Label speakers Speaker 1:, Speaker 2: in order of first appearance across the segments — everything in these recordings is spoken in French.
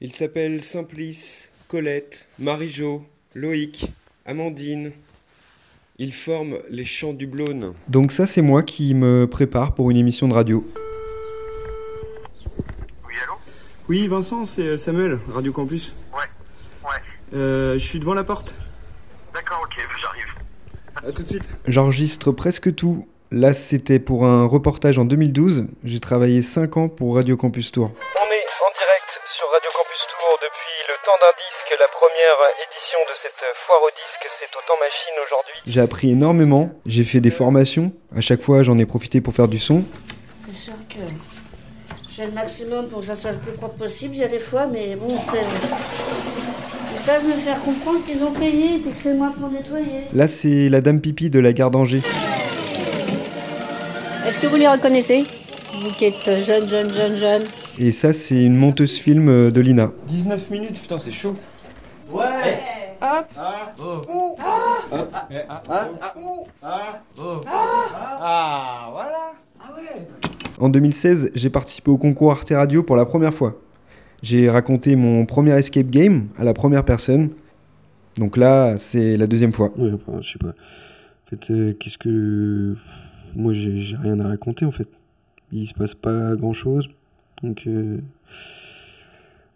Speaker 1: Ils s'appellent Simplice, Colette, Marie-Jo, Loïc, Amandine. Ils forment les Chants du Blône.
Speaker 2: Donc ça, c'est moi qui me prépare pour une émission de radio.
Speaker 3: Oui, allô
Speaker 4: Oui, Vincent, c'est euh, Samuel, Radio Campus.
Speaker 3: Ouais, ouais.
Speaker 4: Euh, je suis devant la porte.
Speaker 3: D'accord, ok, j'arrive.
Speaker 4: À tout de suite.
Speaker 2: J'enregistre presque tout. Là, c'était pour un reportage en 2012. J'ai travaillé 5 ans pour Radio Campus Tour.
Speaker 5: On est en direct sur Radio Campus Tour depuis le temps d'un disque. La première édition de cette foire au disque, c'est au temps machine aujourd'hui.
Speaker 2: J'ai appris énormément, j'ai fait des formations. À chaque fois, j'en ai profité pour faire du son.
Speaker 6: C'est sûr que j'ai le maximum pour que ça soit le plus propre possible, il y a des fois, mais bon, c'est. Ils savent me faire comprendre qu'ils ont payé et que c'est moi pour nettoyer.
Speaker 2: Là, c'est la dame pipi de la gare d'Angers.
Speaker 7: Est-ce que vous les reconnaissez Vous qui êtes jeune, jeune, jeune, jeune.
Speaker 2: Et ça, c'est une monteuse film euh, de Lina.
Speaker 4: 19 minutes, putain, c'est chaud. Ah. Eh, Ah.
Speaker 2: En 2016, j'ai participé au concours Arte Radio pour la première fois. J'ai raconté mon premier escape game à la première personne. Donc là, c'est la deuxième fois.
Speaker 8: Ouais, enfin, je sais pas. En fait, euh, qu'est-ce que. Moi, j'ai j'ai rien à raconter, en fait. Il se passe pas grand-chose. Donc, euh,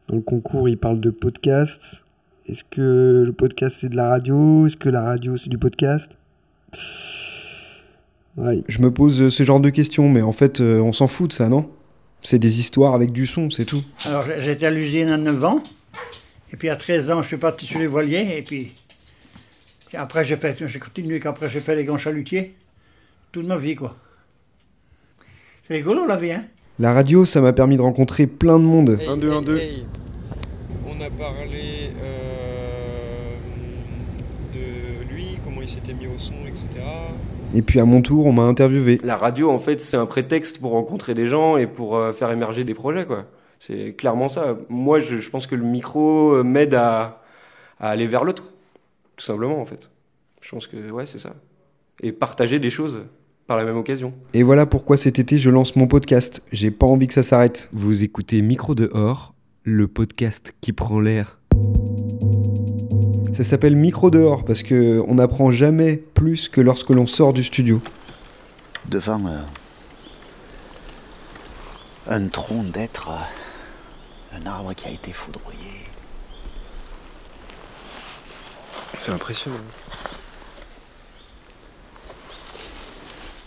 Speaker 8: dans le concours, il parle de podcast. Est-ce que le podcast, c'est de la radio Est-ce que la radio, c'est du podcast Ouais,
Speaker 2: Je me pose euh, ce genre de questions, mais en fait, euh, on s'en fout de ça, non C'est des histoires avec du son, c'est tout.
Speaker 9: Alors j'ai- j'étais à l'usine à 9 ans, et puis à 13 ans je suis parti sur les voiliers, et puis, puis après j'ai fait, j'ai continué, qu'après j'ai fait les grands chalutiers, toute ma vie quoi. C'est rigolo la vie, hein
Speaker 2: La radio, ça m'a permis de rencontrer plein de monde.
Speaker 1: Un, deux, un, deux. On a parlé euh, de lui, comment il s'était mis au son, etc.
Speaker 2: Et puis à mon tour, on m'a interviewé.
Speaker 10: La radio, en fait, c'est un prétexte pour rencontrer des gens et pour euh, faire émerger des projets, quoi. C'est clairement ça. Moi, je, je pense que le micro euh, m'aide à, à aller vers l'autre, tout simplement, en fait. Je pense que, ouais, c'est ça. Et partager des choses par la même occasion.
Speaker 2: Et voilà pourquoi cet été, je lance mon podcast. J'ai pas envie que ça s'arrête. Vous écoutez Micro dehors, le podcast qui prend l'air. Ça s'appelle Micro dehors parce que on n'apprend jamais plus que lorsque l'on sort du studio.
Speaker 11: devant euh, un tronc d'être, euh, un arbre qui a été foudroyé.
Speaker 8: c'est impressionnant.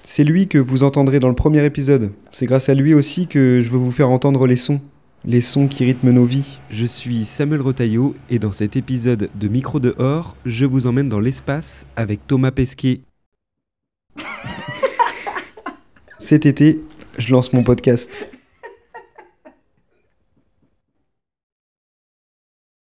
Speaker 2: C'est lui que vous entendrez dans le premier épisode. C'est grâce à lui aussi que je veux vous faire entendre les sons. Les sons qui rythment nos vies.
Speaker 12: Je suis Samuel Rotaillot et dans cet épisode de Micro dehors, je vous emmène dans l'espace avec Thomas Pesquet.
Speaker 2: Cet été, je lance mon podcast.